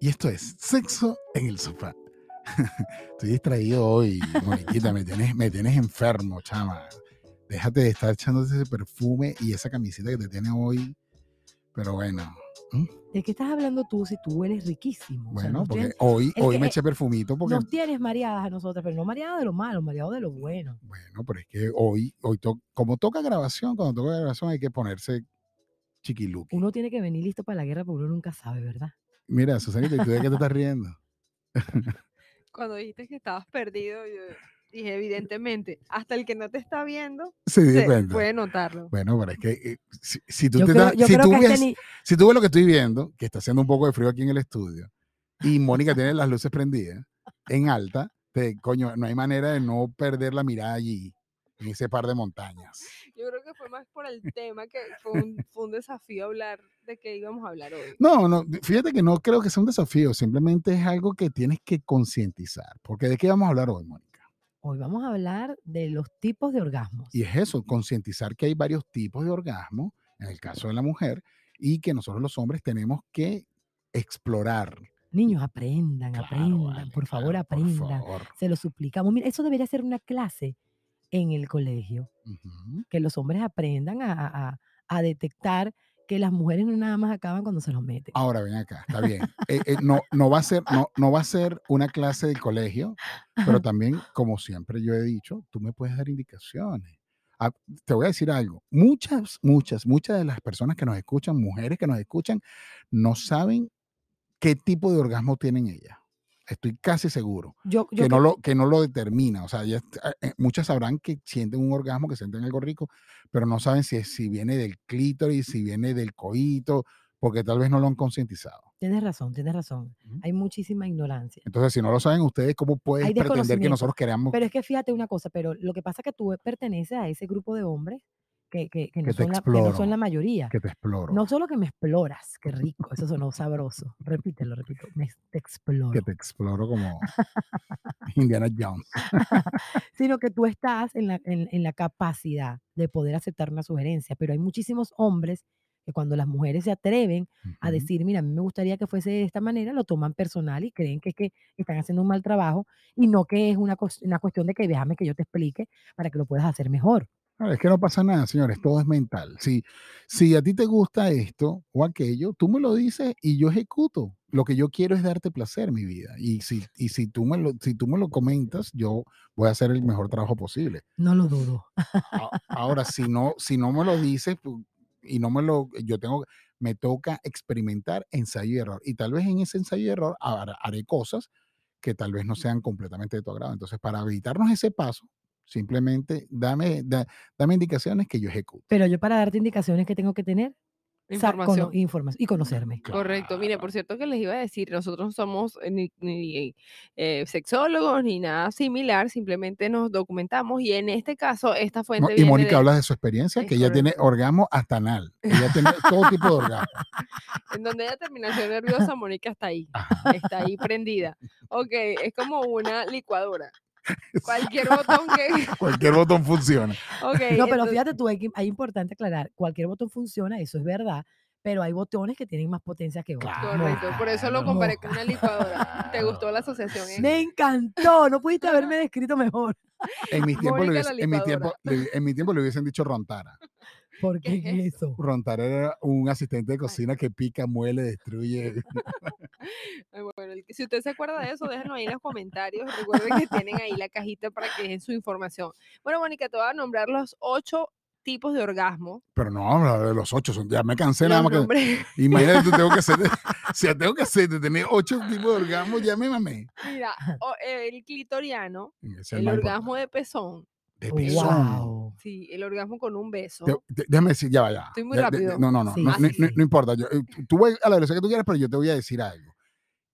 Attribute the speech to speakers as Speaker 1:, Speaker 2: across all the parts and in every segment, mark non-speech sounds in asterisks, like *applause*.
Speaker 1: Y esto es Sexo en el Sofá. *laughs* Estoy distraído hoy, Moniquita. me, tenés, me tenés enfermo, chama. Déjate de estar echándote ese perfume y esa camiseta que te tiene hoy. Pero bueno. ¿Mm?
Speaker 2: ¿De qué estás hablando tú si tú eres riquísimo? O sea,
Speaker 1: Bueno,
Speaker 2: nos
Speaker 1: porque
Speaker 2: tienes-
Speaker 1: hoy,
Speaker 2: es
Speaker 1: hoy
Speaker 2: que,
Speaker 1: me
Speaker 2: eh,
Speaker 1: eché perfumito porque,
Speaker 2: nos tienes mareadas a nosotras, pero no mareadas de lo malo, mareadas de lo bueno.
Speaker 1: bueno, pero es que hoy, hoy to- como toca grabación, cuando toca grabación hay que ponerse chiquiluki.
Speaker 2: Uno tiene que venir listo para la guerra porque uno nunca sabe, ¿verdad?
Speaker 1: Mira, Susana, ¿tú de qué te estás
Speaker 2: *laughs*
Speaker 1: riendo?
Speaker 3: Cuando dijiste que estabas perdido, yo dije, evidentemente, hasta el que no te está viendo
Speaker 1: Se dio
Speaker 3: se
Speaker 1: cuenta.
Speaker 3: puede notarlo.
Speaker 1: Bueno, pero es que eh, si, si tú,
Speaker 2: yo
Speaker 1: te
Speaker 2: creo,
Speaker 1: estás-
Speaker 2: yo
Speaker 1: si
Speaker 2: creo
Speaker 1: tú
Speaker 2: que este
Speaker 1: ves-
Speaker 2: ni-
Speaker 1: si tú ves lo que estoy viendo, que está haciendo un poco de frío aquí en el estudio, y Mónica tiene las luces prendidas, en alta, te, coño, no hay manera de no perder la mirada allí, en ese par de montañas.
Speaker 3: Yo creo que fue más por el tema que fue un, fue un desafío hablar de qué íbamos a hablar hoy.
Speaker 1: No, no, fíjate que no creo que sea un desafío, simplemente es algo que tienes que concientizar, porque ¿de qué vamos a hablar hoy, Mónica?
Speaker 2: Hoy vamos a hablar de los tipos de orgasmos.
Speaker 1: Y es eso, concientizar que hay varios tipos de orgasmo, en el caso de la mujer, y que nosotros los hombres tenemos que explorar.
Speaker 2: Niños, aprendan,
Speaker 1: Claro,
Speaker 2: aprendan,
Speaker 1: vale,
Speaker 2: por favor,
Speaker 1: claro, por
Speaker 2: aprendan.
Speaker 1: favor.
Speaker 2: Se lo suplicamos. Mira, eso debería ser una clase en el colegio,
Speaker 1: Ujú.
Speaker 2: que los hombres aprendan a, a- a- a detectar que las mujeres no nada más acaban cuando se los meten.
Speaker 1: Ahora ven acá, está bien. Eh, eh, no, no, va a ser, no, no va a ser una clase del colegio, pero también, como siempre yo he dicho, tú me puedes dar indicaciones. Ah, te voy a decir algo. Muchas, muchas, muchas de las personas que nos escuchan, mujeres que nos escuchan, no saben qué tipo de orgasmo tienen ellas. Estoy casi seguro
Speaker 2: Yo,
Speaker 1: que
Speaker 2: yo que-
Speaker 1: no, lo, que no lo determina. O sea, ya est- ah, eh, muchas sabrán que sienten un orgasmo, que sienten algo rico, pero no saben si, es- si viene del clítoris, si viene del coito, porque tal vez no lo han concientizado.
Speaker 2: tienes razón, tienes razón.
Speaker 1: Ujú.
Speaker 2: Hay muchísima ignorancia.
Speaker 1: Entonces, si no lo saben ustedes, ¿cómo pueden
Speaker 2: Hay
Speaker 1: pretender que
Speaker 2: desconocimiento,
Speaker 1: nosotros queramos
Speaker 2: Pero es que fíjate una cosa, pero lo que pasa es que tú perteneces a ese grupo de hombres que, que- que no,
Speaker 1: Que te
Speaker 2: son la, que no
Speaker 1: exploro,
Speaker 2: son la mayoría.
Speaker 1: que te exploro?
Speaker 2: No solo que me exploras, qué rico, eso sonó sabroso. Repítelo, repito, me ex-
Speaker 1: que
Speaker 2: te exploro.
Speaker 1: te exploro
Speaker 2: *laughs*
Speaker 1: como Indiana Jones.
Speaker 2: Sino que tú estás en la, en- en la capacidad de poder aceptar una sugerencia. Pero hay muchísimos hombres que cuando las mujeres se atreven a
Speaker 1: Ujú.
Speaker 2: decir, mira, a mí me gustaría que fuese de esta manera, lo toman personal y creen que es que están haciendo un mal trabajo y no que es una, cos- una cuestión de que déjame que yo te explique para que lo puedas hacer mejor.
Speaker 1: Claro, es que no pasa nada, señores, todo es mental. Si, si a ti te gusta esto o aquello, tú me lo dices y yo ejecuto. Lo que yo quiero es darte placer, mi vida. Y si, y si, tú, me lo, si tú me lo comentas, yo voy a hacer el mejor trabajo posible.
Speaker 2: No lo dudo.
Speaker 1: A- Ahora, si no, si no me lo dices pu- y no me lo, yo tengo, me toca experimentar ensayo y error. Y tal vez en ese ensayo y error har- haré cosas que tal vez no sean completamente de tu agrado. Entonces, para evitarnos ese paso, simplemente dame, da- dame indicaciones que yo ejecuto.
Speaker 2: Pero yo para darte indicaciones que tengo que tener sa- cono-
Speaker 3: Información.
Speaker 2: información y conocerme.
Speaker 3: Correcto. Mire, por cierto que les iba a decir, nosotros no somos eh, ni, ni, eh, sexólogos ni nada similar, simplemente nos documentamos y en este caso esta
Speaker 1: No,
Speaker 3: fuente
Speaker 1: y
Speaker 3: viene
Speaker 1: Mónica
Speaker 3: de-
Speaker 1: habla de su experiencia,
Speaker 3: Es
Speaker 1: que ella tiene orgasmo hasta anal. Ella tiene todo tipo de orgasmo.
Speaker 3: en donde haya terminación nerviosa, Mónica está ahí,
Speaker 1: Ajá.
Speaker 3: está ahí prendida. Ok, es como una licuadora. Cualquier botón que...
Speaker 1: *laughs* Cualquier botón funciona.
Speaker 3: Ok,
Speaker 2: No, pero
Speaker 3: entonces-
Speaker 2: fíjate tú, hay, que- hay importante aclarar, cualquier botón funciona, eso es verdad, pero hay botones que tienen más potencia que otros.
Speaker 1: Claro.
Speaker 3: Correcto, por eso lo
Speaker 1: Claro.
Speaker 3: comparé con una licuadora. ¿Te gustó la
Speaker 1: Claro.
Speaker 3: asociación? eh?
Speaker 2: Me encantó, no pudiste
Speaker 3: *laughs*
Speaker 2: haberme descrito mejor. *laughs*
Speaker 1: En mis tiempos le
Speaker 3: Mónica la
Speaker 1: hubies- en mi tiempo, le- en mi tiempo le hubiesen dicho rontara.
Speaker 2: Porque
Speaker 3: ¿Qué es
Speaker 2: eso?
Speaker 1: Rontar era un asistente de cocina que pica, muele,
Speaker 3: *laughs*
Speaker 1: destruye.
Speaker 3: Ay, bueno, el- si usted se acuerda de eso, déjenlo ahí en los comentarios. Recuerden que tienen ahí la cajita para que dejen su información. Bueno, Mónica, te voy a nombrar los ocho tipos de orgasmo.
Speaker 1: Pero no, la de los ocho, son- ya me cansé nada más.
Speaker 3: Los *laughs*
Speaker 1: Que,
Speaker 3: nombré.
Speaker 1: *laughs* imagínate, tú tengo que hacer, o sea, tengo que hacer, de tener ocho tipos de orgasmos, ya me mamé.
Speaker 3: Mira, o- el clitoriano,
Speaker 1: Ese es
Speaker 3: el
Speaker 1: más
Speaker 3: orgasmo de pezón,
Speaker 1: importante. de pezón.
Speaker 2: Wow.
Speaker 3: sí, el orgasmo con un beso.
Speaker 1: Te- te- déjame decir, ya vaya.
Speaker 3: Estoy muy rápido.
Speaker 1: no, no, no,
Speaker 2: Sí,
Speaker 1: no,
Speaker 2: sí,
Speaker 1: no,
Speaker 2: sí,
Speaker 1: no-
Speaker 2: sí.
Speaker 1: no importa. yo- eh, tú- tú ve a la velocidad que tú quieras, pero yo te voy a decir algo.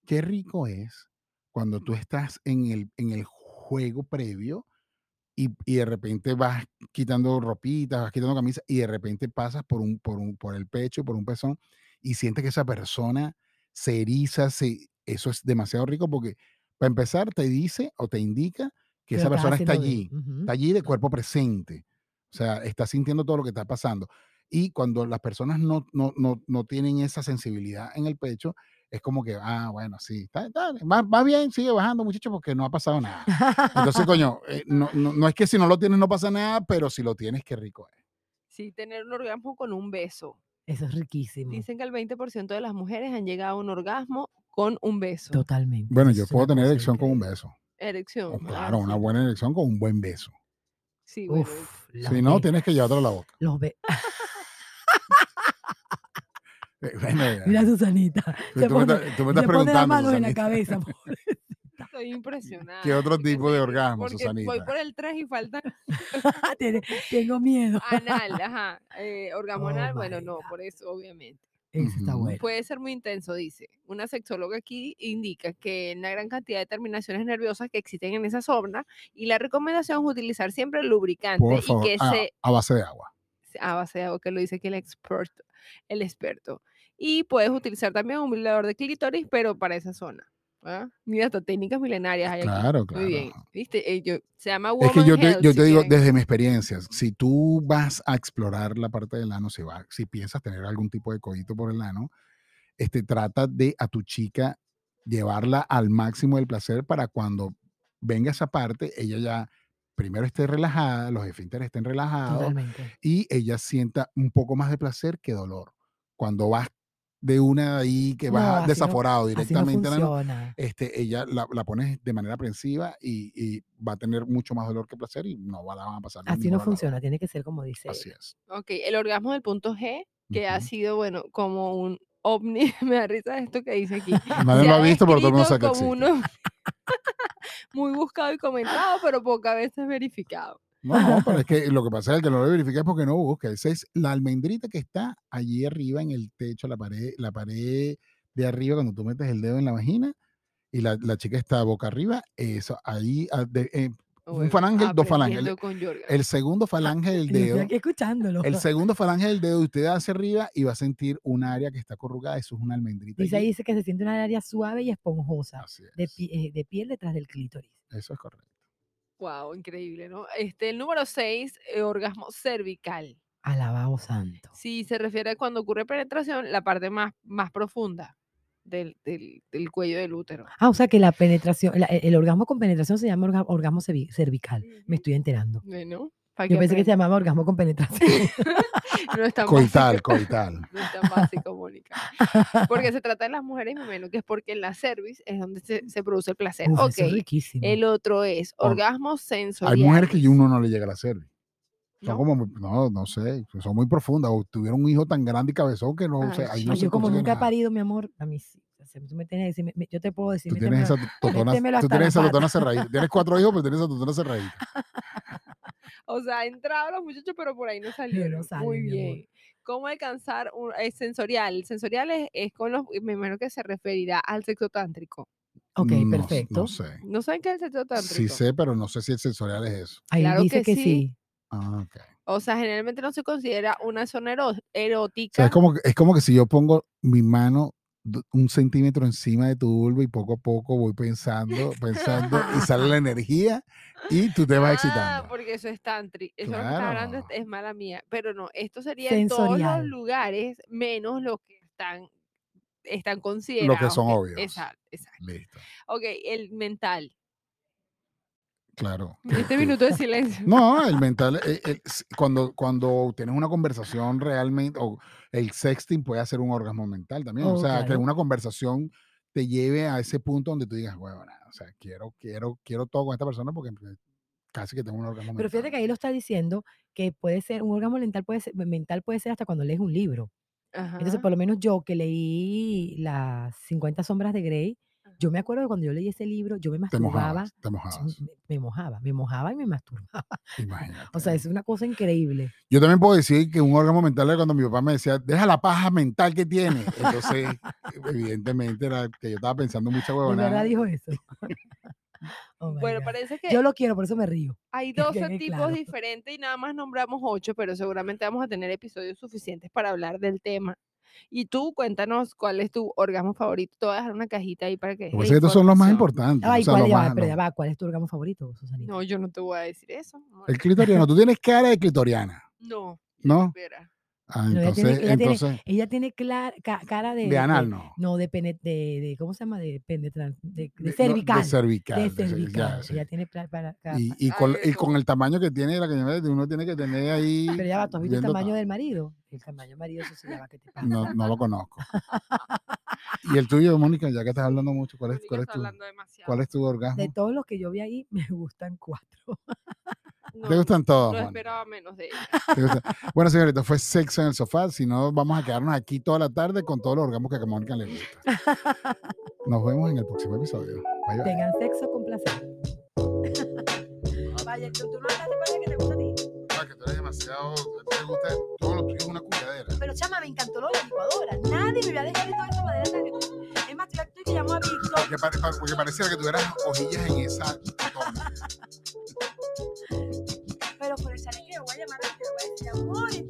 Speaker 1: Qué rico es cuando tú estás en el, en el juego previo y, y de repente vas quitando ropitas, vas quitando camisas y de repente pasas por, un, por, un, por el pecho, por un pezón y sientes que esa persona se eriza. Se, eso es demasiado rico porque para empezar te dice o te indica que
Speaker 2: Pero
Speaker 1: esa
Speaker 2: estás
Speaker 1: persona está
Speaker 2: haciendo de-
Speaker 1: allí
Speaker 2: ujú.
Speaker 1: está allí de cuerpo presente. O sea, está sintiendo todo lo que está pasando. Y cuando las personas no, no, no, no tienen esa sensibilidad en el pecho, es como que, ah, bueno, sí, está- está- va, va bien, sigue bajando, muchacho, porque no ha pasado nada. Entonces, coño, eh, no, no- no es que si no lo tienes no pasa nada, pero si lo tienes, qué rico es.
Speaker 3: Sí, tener un orgasmo con un beso.
Speaker 2: Eso es
Speaker 1: Mm.
Speaker 2: riquísimo.
Speaker 3: Dicen que el 20% de las mujeres han llegado a un orgasmo con un beso.
Speaker 2: Totalmente.
Speaker 1: Bueno,
Speaker 2: eso
Speaker 1: yo
Speaker 2: es una
Speaker 1: puedo tener
Speaker 2: cosa
Speaker 1: erección con un
Speaker 2: increíble.
Speaker 1: beso.
Speaker 3: Erección.
Speaker 1: O
Speaker 3: ah,
Speaker 1: Oh, claro, una
Speaker 3: sí.
Speaker 1: buena erección con un buen beso.
Speaker 3: Sí, bueno,
Speaker 2: Uf, los
Speaker 1: Si no,
Speaker 2: be-
Speaker 1: tienes que llevártelo a la
Speaker 2: *laughs*
Speaker 1: boca. *laughs*
Speaker 2: los be-
Speaker 1: Eh, bueno, mira,
Speaker 2: Mira, Susanita.
Speaker 1: tú,
Speaker 2: se
Speaker 1: tú me
Speaker 2: pone-
Speaker 1: estás, tú me estás
Speaker 2: se pone las
Speaker 1: preguntando.
Speaker 2: manos en la
Speaker 1: Susanita.
Speaker 2: cabeza. *laughs* pobre.
Speaker 3: estoy
Speaker 1: *laughs*
Speaker 3: impresionada.
Speaker 1: ¿Qué
Speaker 3: *laughs*
Speaker 1: otro tipo de orgasmo,
Speaker 3: Porque voy
Speaker 1: Susanita?
Speaker 3: por el 3 y falta
Speaker 2: Tiene- Tengo miedo.
Speaker 3: anal, ajá. eh, orgasmo
Speaker 2: Oh
Speaker 3: anal,
Speaker 2: my
Speaker 3: bueno, no,
Speaker 2: God.
Speaker 3: por eso, obviamente.
Speaker 2: Eso está
Speaker 1: Ujú.
Speaker 2: bueno.
Speaker 3: Puede ser muy intenso, dice. Una sexóloga aquí indica que una gran cantidad de terminaciones nerviosas que existen en esa zona y la recomendación es utilizar siempre lubricante
Speaker 1: Por favor, ah.
Speaker 3: y que
Speaker 1: a,
Speaker 3: se ah,
Speaker 1: a base de agua.
Speaker 3: a base de agua, que lo dice aquí el experto, el experto. Y puedes utilizar también un vibrador de clítoris, pero para esa zona. ¿ah? Mira, hasta técnicas milenarias hay aquí.
Speaker 1: Claro, claro.
Speaker 3: Muy bien. ¿Viste? Eh, yo- se llama
Speaker 1: Es que
Speaker 3: Woman
Speaker 1: yo te,
Speaker 3: Health,
Speaker 1: yo
Speaker 3: si
Speaker 1: te digo
Speaker 3: quieren.
Speaker 1: desde mi experiencia, si tú vas a explorar la parte del ano, si, va, si piensas tener algún tipo de codito por el ano, este, trata de a tu chica llevarla al máximo del placer para cuando venga esa parte, ella ya primero esté relajada, los esfínteres estén
Speaker 3: Pues,
Speaker 1: relajados
Speaker 2: Totalmente.
Speaker 1: y ella sienta un poco más de placer que dolor. Cuando vas de una de ahí que
Speaker 2: No,
Speaker 1: vas
Speaker 2: así no-
Speaker 1: desaforado
Speaker 2: Así no
Speaker 1: directamente a la no-
Speaker 2: funciona.
Speaker 1: este, ella la, la pones de manera aprensiva y, y va a tener mucho más dolor que placer y no va, la van a pasar.
Speaker 2: Así
Speaker 1: ningún
Speaker 2: no
Speaker 1: dolor.
Speaker 2: funciona. Tiene que ser como dice.
Speaker 1: Así es.
Speaker 3: Ok, el orgasmo del punto G, que ha
Speaker 1: Ujú.
Speaker 3: sido, bueno, como un ovni. *laughs* Me da risa esto que dice
Speaker 1: *laughs*
Speaker 3: aquí.
Speaker 1: Nadie
Speaker 3: Se
Speaker 1: lo ha visto, pero todo el mundo sabe que
Speaker 3: descrito
Speaker 1: existe.
Speaker 3: como uno *laughs* muy buscado y comentado, pero pocas veces verificado.
Speaker 1: No, no,
Speaker 2: *laughs*
Speaker 1: pero es que lo que pasa es que el que no lo verifica es porque no busca. Esa es la almendrita que está allí arriba en el techo, la pared, la pared de arriba cuando tú metes el dedo en la vagina y la, la chica está boca arriba. Eso, ahí, ah, de- eh, Un falange, dos falanges. eh.
Speaker 3: Aprendiendo con Yorga.
Speaker 1: el segundo falange del
Speaker 2: Yo estoy
Speaker 1: dedo.
Speaker 2: aquí escuchándolo.
Speaker 1: El segundo falange del dedo, usted hacia arriba y va a sentir un área que está corrugada. Eso es una almendrita.
Speaker 2: *laughs* Dice ahí
Speaker 1: allí.
Speaker 2: dice que se siente una área suave y esponjosa
Speaker 1: Así
Speaker 2: de,
Speaker 1: es.
Speaker 2: pi- eh, de piel detrás del clítoris.
Speaker 1: Eso es correcto.
Speaker 3: Wow, increíble, ¿no? Este, el número 6, orgasmo cervical.
Speaker 2: Alabado santo.
Speaker 3: Si se refiere a cuando ocurre penetración, la parte más, más profunda del, del- del cuello del útero.
Speaker 2: Ah, o sea que la penetración, la- el orgasmo con penetración se llama orga- orgasmo cervi- cervical.
Speaker 3: Ujú.
Speaker 2: Me estoy enterando.
Speaker 3: Bueno, para
Speaker 2: Yo pensé que se llamaba orgasmo con
Speaker 3: *laughs*
Speaker 2: penetración. *laughs*
Speaker 3: no es tan
Speaker 1: Coital,
Speaker 3: básico.
Speaker 1: coital.
Speaker 3: No es tan básico, Mónica. Porque se trata de las mujeres, me imagino que es porque en la cervix es
Speaker 1: *laughs*
Speaker 3: donde se, se produce el placer.
Speaker 2: Uf,
Speaker 3: ok.
Speaker 2: eso es riquísimo.
Speaker 3: El otro es
Speaker 1: Or-
Speaker 3: orgasmo sensorial.
Speaker 1: Hay mujeres que uno no le llega a la cervix. Son
Speaker 3: ¿No?
Speaker 1: como, muy- no, no sé, pues son muy profundas. O tuvieron un hijo tan grande y cabezón que no
Speaker 3: Ay,
Speaker 1: sé, ahí
Speaker 3: sí.
Speaker 1: no
Speaker 2: Ay,
Speaker 1: se
Speaker 2: yo como
Speaker 1: consigue
Speaker 2: nunca he
Speaker 1: nada.
Speaker 2: parido, mi amor, a mí sí. O sea, tú me tienes que decir, me- me- yo te puedo decir,
Speaker 1: Tú
Speaker 2: métemelo-
Speaker 1: tienes esa totona,
Speaker 2: métemelo
Speaker 1: tú
Speaker 2: hasta
Speaker 1: tienes
Speaker 2: la
Speaker 1: esa totona
Speaker 2: pata.
Speaker 1: cerradita. Tienes cuatro hijos, pero tienes esa totona cerradita.
Speaker 3: O sea, ha entrado los muchachos, pero por ahí no salieron. Muy
Speaker 2: salen, mi amor.
Speaker 3: bien. ¿Cómo alcanzar un, el sensorial? El sensorial es, es con los, me imagino que se referirá al sexo tántrico.
Speaker 2: Ok,
Speaker 1: No s-
Speaker 2: perfecto.
Speaker 1: No sé.
Speaker 3: ¿No saben qué es el sexo tántrico?
Speaker 1: Sí sé, pero no sé si el sensorial es eso.
Speaker 2: Ahí
Speaker 3: Claro
Speaker 2: dice
Speaker 3: que
Speaker 2: que,
Speaker 3: sí.
Speaker 2: sí.
Speaker 1: Ah, ok.
Speaker 3: O sea, generalmente no se considera una zona ero-
Speaker 1: O sea,
Speaker 3: erótica.
Speaker 1: es como, que- es como que si yo pongo mi mano do- un centímetro encima de tu vulva y poco a poco voy pensando, pensando y sale
Speaker 2: *laughs*
Speaker 1: la energía y tú te vas
Speaker 3: Ah,
Speaker 1: excitando.
Speaker 3: porque eso es tántrico. Eso lo que está hablando es,
Speaker 1: Claro.
Speaker 3: es mala mía. Pero no, esto sería en todos los
Speaker 2: Sensorial.
Speaker 3: lugares menos los que están, están considerados.
Speaker 1: Los que son obvios.
Speaker 3: Exacto, exacto.
Speaker 1: Listo.
Speaker 3: Ok, el mental.
Speaker 1: Claro.
Speaker 3: Este
Speaker 1: *laughs* que-
Speaker 3: minuto de silencio.
Speaker 1: No, el mental, eh, el s- cuando, cuando tienes una conversación realmente, o el sexting puede hacer un orgasmo mental también. o
Speaker 2: Oh,
Speaker 1: sea, que
Speaker 2: claro.
Speaker 1: una conversación te lleve a ese punto donde tú digas, bueno, o sea, quiero, quiero, quiero todo con esta persona porque pues, casi que tengo un orgasmo
Speaker 2: Pero
Speaker 1: mental.
Speaker 2: fíjate que ahí lo está diciendo que puede ser, un orgasmo mental puede ser, mental puede ser hasta cuando lees un libro. Entonces,
Speaker 3: Ajá.
Speaker 2: por lo menos yo que leí las 50 sombras de Grey, yo me acuerdo que cuando yo leí ese libro, yo me
Speaker 1: te
Speaker 2: masturbaba,
Speaker 1: mojabas, te
Speaker 2: sí,
Speaker 1: mojabas.
Speaker 2: me, me mojaba, me mojaba y me masturbaba.
Speaker 1: Imagínate.
Speaker 2: O sea, es una cosa increíble.
Speaker 1: Yo también puedo decir que un orgasmo mental era cuando mi papá me decía, deja la paja mental que tiene. Entonces, evidentemente era que yo estaba pensando
Speaker 2: *laughs*
Speaker 1: mucha
Speaker 2: De verdad
Speaker 1: huevonada.
Speaker 2: dijo eso. Oh my
Speaker 3: Bueno,
Speaker 2: God.
Speaker 3: parece que
Speaker 2: Yo lo quiero, por eso me río.
Speaker 3: hay
Speaker 2: que
Speaker 3: 12
Speaker 2: quede
Speaker 3: tipos
Speaker 2: claro. pues.
Speaker 3: diferentes y nada más nombramos 8, pero seguramente vamos a tener episodios suficientes para hablar del tema. Y tú, cuéntanos cuál es tu orgasmo favorito. Te voy a dejar una cajita ahí para que.
Speaker 1: Lo que
Speaker 3: la
Speaker 1: pasa es que estos son los más
Speaker 3: información.
Speaker 1: importantes.
Speaker 2: Ay,
Speaker 1: o sea,
Speaker 2: ¿cuál,
Speaker 1: los
Speaker 2: ya va,
Speaker 1: más-
Speaker 2: pero
Speaker 1: los-
Speaker 2: ya va, ¿cuál es tu orgasmo favorito, Susanita?
Speaker 3: No, yo no te voy a decir eso. no,
Speaker 1: El clitoriano, tú tienes cara de clitoriana,
Speaker 3: No,
Speaker 1: ¿no?
Speaker 3: espera.
Speaker 1: Ah,
Speaker 2: No, ella
Speaker 1: entonces,
Speaker 2: tiene- ella tiene-
Speaker 1: entonces,
Speaker 2: Ella tiene clara- ca- cara de.
Speaker 1: de
Speaker 2: de-
Speaker 1: anal no.
Speaker 2: No, de, pene- de, de- ¿Cómo se llama? De, penetran- de, de
Speaker 1: De- no,
Speaker 2: cervical.
Speaker 1: De cervical.
Speaker 2: de
Speaker 1: de cer- ya,
Speaker 2: cervical.
Speaker 1: sí.
Speaker 2: Ella tiene clara. para- ca-
Speaker 1: Y,
Speaker 2: pa-
Speaker 1: y con,
Speaker 3: Ay,
Speaker 1: y con el tamaño que tiene la cañonera, uno tiene que tener ahí.
Speaker 2: Ah, Pero ya va, ¿tú has visto el
Speaker 1: viendo
Speaker 2: tamaño
Speaker 1: pa-
Speaker 2: del marido? El tamaño del marido, eso sí, ya va, ¿qué te pasa?
Speaker 1: No,
Speaker 2: *laughs*
Speaker 1: no lo conozco. y el tuyo, Mónica, ya que estás hablando mucho, ¿cuál es,
Speaker 3: Mónica
Speaker 1: cuál es
Speaker 3: está
Speaker 1: tu,
Speaker 3: hablando demasiado.
Speaker 1: cuál es tu orgasmo?
Speaker 2: De todos los que yo vi ahí, *laughs* me gustan cuatro.
Speaker 3: No,
Speaker 1: ¿Te gustan todos?
Speaker 3: No
Speaker 1: Mónica?
Speaker 3: esperaba menos de ella.
Speaker 1: ¿Te
Speaker 3: *laughs*
Speaker 1: gusta? Bueno, señorita, fue sexo en el sofá. Si no, vamos a quedarnos aquí toda la tarde con todos los orgasmos que a Mónica le gusta.
Speaker 2: *laughs*
Speaker 1: Nos vemos en el próximo episodio. Bye, bye.
Speaker 2: Tengan sexo con placer. *laughs* Vaya, tú tú no hablaste cuál es el que te gusta a ti.
Speaker 1: Ah, que tú eres demasiado. Te gusta todo lo tuyo es una cuidadera.
Speaker 2: Pero chama, me encantó lo de la licuadora. Nadie me había dejado de toda esta manera tan. Es más, yo estoy que llamo a Víctor.
Speaker 1: Porque, pare- pa- porque pareciera que tuvieras hojillas en esa toma.
Speaker 2: Pero por el chalequeo voy a llamar a Víctor. Voy a decir, amor,